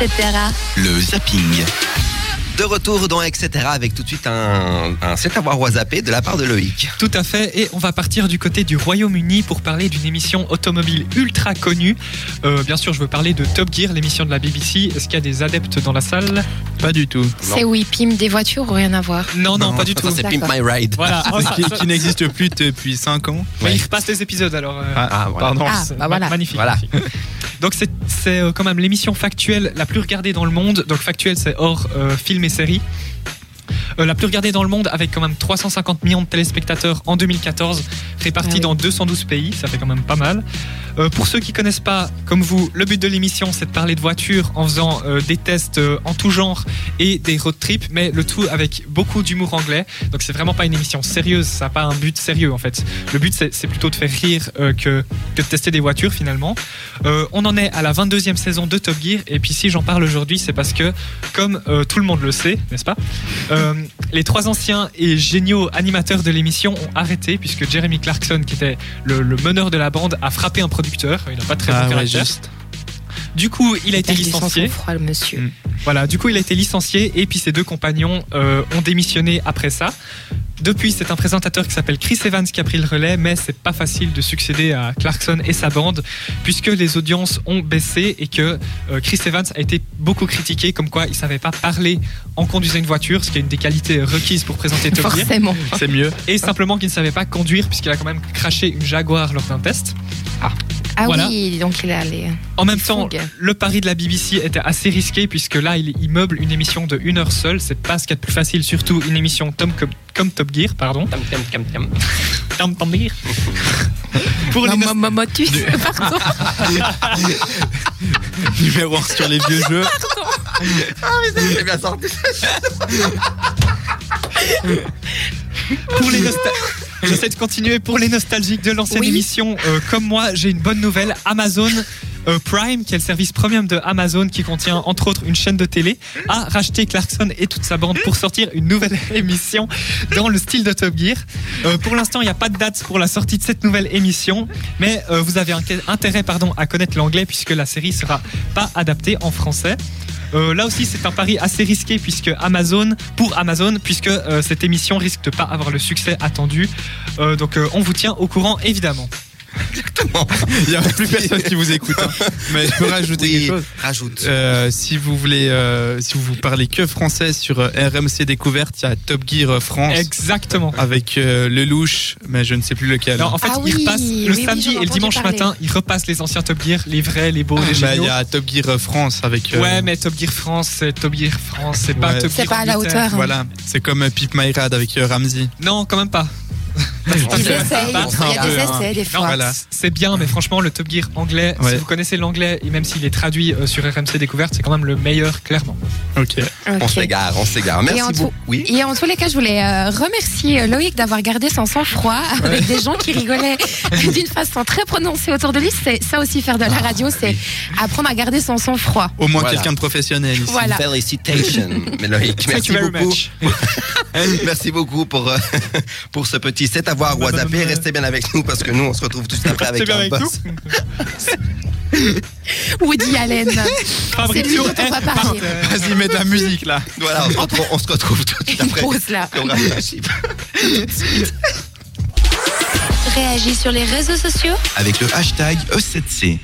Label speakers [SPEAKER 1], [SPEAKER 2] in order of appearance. [SPEAKER 1] etc.
[SPEAKER 2] Le zapping. De retour dans Etc. avec tout de suite un, un C'est à voir ou à zapper de la part de Loïc.
[SPEAKER 3] Tout à fait, et on va partir du côté du Royaume-Uni pour parler d'une émission automobile ultra connue. Euh, bien sûr, je veux parler de Top Gear, l'émission de la BBC. Est-ce qu'il y a des adeptes dans la salle
[SPEAKER 4] Pas du tout.
[SPEAKER 1] C'est oui, pim des voitures ou rien à voir
[SPEAKER 3] Non, non, pas du tout.
[SPEAKER 2] Ça, c'est Pimp My Ride.
[SPEAKER 3] Voilà, Oh, ça-
[SPEAKER 4] qui
[SPEAKER 3] ça-
[SPEAKER 4] qui n'existe plus depuis 5 ans.
[SPEAKER 3] Mais
[SPEAKER 2] Ouais.
[SPEAKER 3] il repasse les épisodes alors. euh,
[SPEAKER 2] Ah, voilà.
[SPEAKER 4] Pardon.
[SPEAKER 1] Ah,
[SPEAKER 3] c'est ma-
[SPEAKER 1] bah voilà.
[SPEAKER 3] Magnifique.
[SPEAKER 2] Voilà.
[SPEAKER 3] magnifique. Donc c'est- c'est euh, quand même l'émission factuelle la plus regardée dans le monde. Donc factuelle, c'est hors euh, film et série. Euh, la plus regardée dans le monde avec quand même 350 millions de téléspectateurs en 2014, répartis
[SPEAKER 1] Ah oui.
[SPEAKER 3] dans 212 pays, ça fait quand même pas mal. Euh, pour ceux qui connaissent pas, comme vous, le but de l'émission c'est de parler de voitures en faisant euh, des tests euh, en tout genre et des road trips, mais le tout avec beaucoup d'humour anglais. Donc c'est vraiment pas une émission sérieuse, ça n'a pas un but sérieux en fait. Le but c'est c'est plutôt de faire rire euh, que, que de tester des voitures finalement. Euh, on en est à la 22e saison de Top Gear et puis si j'en parle aujourd'hui c'est parce que comme euh, tout le monde le sait, n'est-ce pas euh, Les trois anciens et géniaux animateurs de l'émission ont arrêté puisque Jeremy Clarkson qui était le, le meneur de la bande a frappé un producteur, il n'a pas très
[SPEAKER 4] Ah
[SPEAKER 3] bon
[SPEAKER 4] ouais,
[SPEAKER 3] caractère.
[SPEAKER 4] juste.
[SPEAKER 3] Du coup il a été
[SPEAKER 1] Perdez son
[SPEAKER 3] licencié.
[SPEAKER 1] sang-froid, le monsieur.
[SPEAKER 3] Voilà, du coup, il a été licencié et puis ses deux compagnons euh, ont démissionné après ça. Depuis, c'est un présentateur qui s'appelle Chris Evans qui a pris le relais, mais c'est pas facile de succéder à Clarkson et sa bande puisque les audiences ont baissé et que euh, Chris Evans a été beaucoup critiqué comme quoi il savait pas parler en conduisant une voiture, ce qui est une des qualités requises pour présenter Top Gear
[SPEAKER 1] Forcément.
[SPEAKER 4] C'est mieux.
[SPEAKER 3] et simplement qu'il ne savait pas conduire puisqu'il a quand même craché une Jaguar lors d'un test.
[SPEAKER 1] Ah
[SPEAKER 3] Voilà.
[SPEAKER 1] oui, donc il est allé. euh,
[SPEAKER 3] En même temps,
[SPEAKER 1] Fougue.
[SPEAKER 3] le pari de la BBC était assez risqué puisque là, il, il meuble une émission de une heure seule. C'est pas ce qu'il y a de plus facile, surtout une émission Tom comme, comme Top Gear, pardon.
[SPEAKER 2] Tam, tam, tam, tam.
[SPEAKER 3] Tom Tom Gear. Pour les
[SPEAKER 1] Non, mo- mo- motus, pardon.
[SPEAKER 4] Numéro 1 sur les vieux jeux.
[SPEAKER 2] C'est bien sorti.
[SPEAKER 3] pour les nostal- J'essaie de continuer. Pour les nostalgiques de l'ancienne
[SPEAKER 1] Oui.
[SPEAKER 3] émission, euh, comme moi, j'ai une bonne nouvelle. Amazon euh, Prime, qui est le service premium de Amazon, qui contient entre autres une chaîne de télé, a racheté Clarkson et toute sa bande pour sortir une nouvelle émission dans le style de Top Gear. Euh, pour l'instant, il n'y a pas de date pour la sortie de cette nouvelle émission, mais euh, vous avez inqui- intérêt pardon, à connaître l'anglais puisque la série sera pas adaptée en français. Euh, là aussi, c'est un pari assez risqué puisque Amazon, pour Amazon, puisque euh, cette émission risque de pas avoir le succès attendu. Euh, donc, euh, on vous tient au courant évidemment.
[SPEAKER 4] Il n'y a plus personne qui vous écoute. hein. Mais je peux rajouter
[SPEAKER 2] Oui,
[SPEAKER 4] quelque chose.
[SPEAKER 2] Rajoute.
[SPEAKER 4] Euh, si vous voulez, euh, si vous parlez que français sur euh, RMC Découverte, il y a Top Gear euh, France
[SPEAKER 3] Exactement.
[SPEAKER 4] avec euh, Lelouch, mais je ne sais plus lequel.
[SPEAKER 3] Non, en fait,
[SPEAKER 1] Ah
[SPEAKER 3] ils
[SPEAKER 1] oui,
[SPEAKER 3] repassent le
[SPEAKER 1] oui, oui,
[SPEAKER 3] samedi
[SPEAKER 1] j'en ai
[SPEAKER 3] et le
[SPEAKER 1] entendu
[SPEAKER 3] dimanche
[SPEAKER 1] parler.
[SPEAKER 3] matin, ils repassent les anciens Top Gear, les vrais, les beaux, les
[SPEAKER 4] Bah, il
[SPEAKER 3] géniaux.
[SPEAKER 4] y a Top Gear France avec. euh,
[SPEAKER 3] Ouais, mais Top Gear France, c'est Top Gear France, c'est pas
[SPEAKER 4] Ouais.
[SPEAKER 3] Top
[SPEAKER 1] C'est
[SPEAKER 3] Gear
[SPEAKER 1] pas à la
[SPEAKER 3] Angleterre.
[SPEAKER 1] hauteur.
[SPEAKER 4] Voilà, c'est comme euh, Pip My Ride avec euh, Ramsey.
[SPEAKER 3] Non, quand même pas.
[SPEAKER 1] Il
[SPEAKER 2] c'est-
[SPEAKER 1] essaye,
[SPEAKER 2] bah,
[SPEAKER 1] il y a des
[SPEAKER 4] c'est-
[SPEAKER 1] essais des
[SPEAKER 3] Non,
[SPEAKER 1] fois.
[SPEAKER 4] voilà.
[SPEAKER 3] c- c'est bien, mais franchement, le Top Gear anglais, si
[SPEAKER 4] Ouais.
[SPEAKER 3] vous connaissez l'anglais, et même s'il est traduit euh, sur RMC Découverte, c'est quand même le meilleur, clairement.
[SPEAKER 4] Ok.
[SPEAKER 1] Ok.
[SPEAKER 2] On s'égare, on s'égare. Merci
[SPEAKER 1] Et en tout-
[SPEAKER 2] beaucoup. Oui.
[SPEAKER 1] Et en tous les cas, je voulais euh, remercier euh, Loïc d'avoir gardé son sang-froid avec des gens qui rigolaient d'une façon très prononcée autour de lui. C'est ça aussi faire de
[SPEAKER 3] Ah
[SPEAKER 1] la radio, c'est apprendre à garder son sang-froid.
[SPEAKER 4] Au moins
[SPEAKER 2] Voilà.
[SPEAKER 4] quelqu'un de professionnel ici.
[SPEAKER 1] Voilà.
[SPEAKER 2] Félicitations, Loïc. Merci
[SPEAKER 3] Thank you very
[SPEAKER 2] beaucoup.
[SPEAKER 3] much.
[SPEAKER 2] Merci beaucoup pour, euh, pour ce petit set à voir
[SPEAKER 3] Bah, bah,
[SPEAKER 2] WhatsApp.
[SPEAKER 3] bah, bah.
[SPEAKER 2] Restez bien avec nous parce que nous, on se retrouve tout de suite après
[SPEAKER 3] T'es
[SPEAKER 2] avec
[SPEAKER 3] bien
[SPEAKER 2] un
[SPEAKER 3] avec
[SPEAKER 2] boss.
[SPEAKER 3] nous
[SPEAKER 1] Woody Allen. C'est lui
[SPEAKER 3] Fabrizio
[SPEAKER 1] dont on va
[SPEAKER 3] est
[SPEAKER 1] parler.
[SPEAKER 3] partenaire.
[SPEAKER 4] Vas-y, mets de la musique là.
[SPEAKER 2] Voilà, on se retrouve, on se retrouve tout de suite
[SPEAKER 1] Une
[SPEAKER 2] après.
[SPEAKER 1] pause là.
[SPEAKER 2] Comme Rachid.
[SPEAKER 5] Réagis sur les réseaux sociaux
[SPEAKER 2] Avec le hashtag E E7C.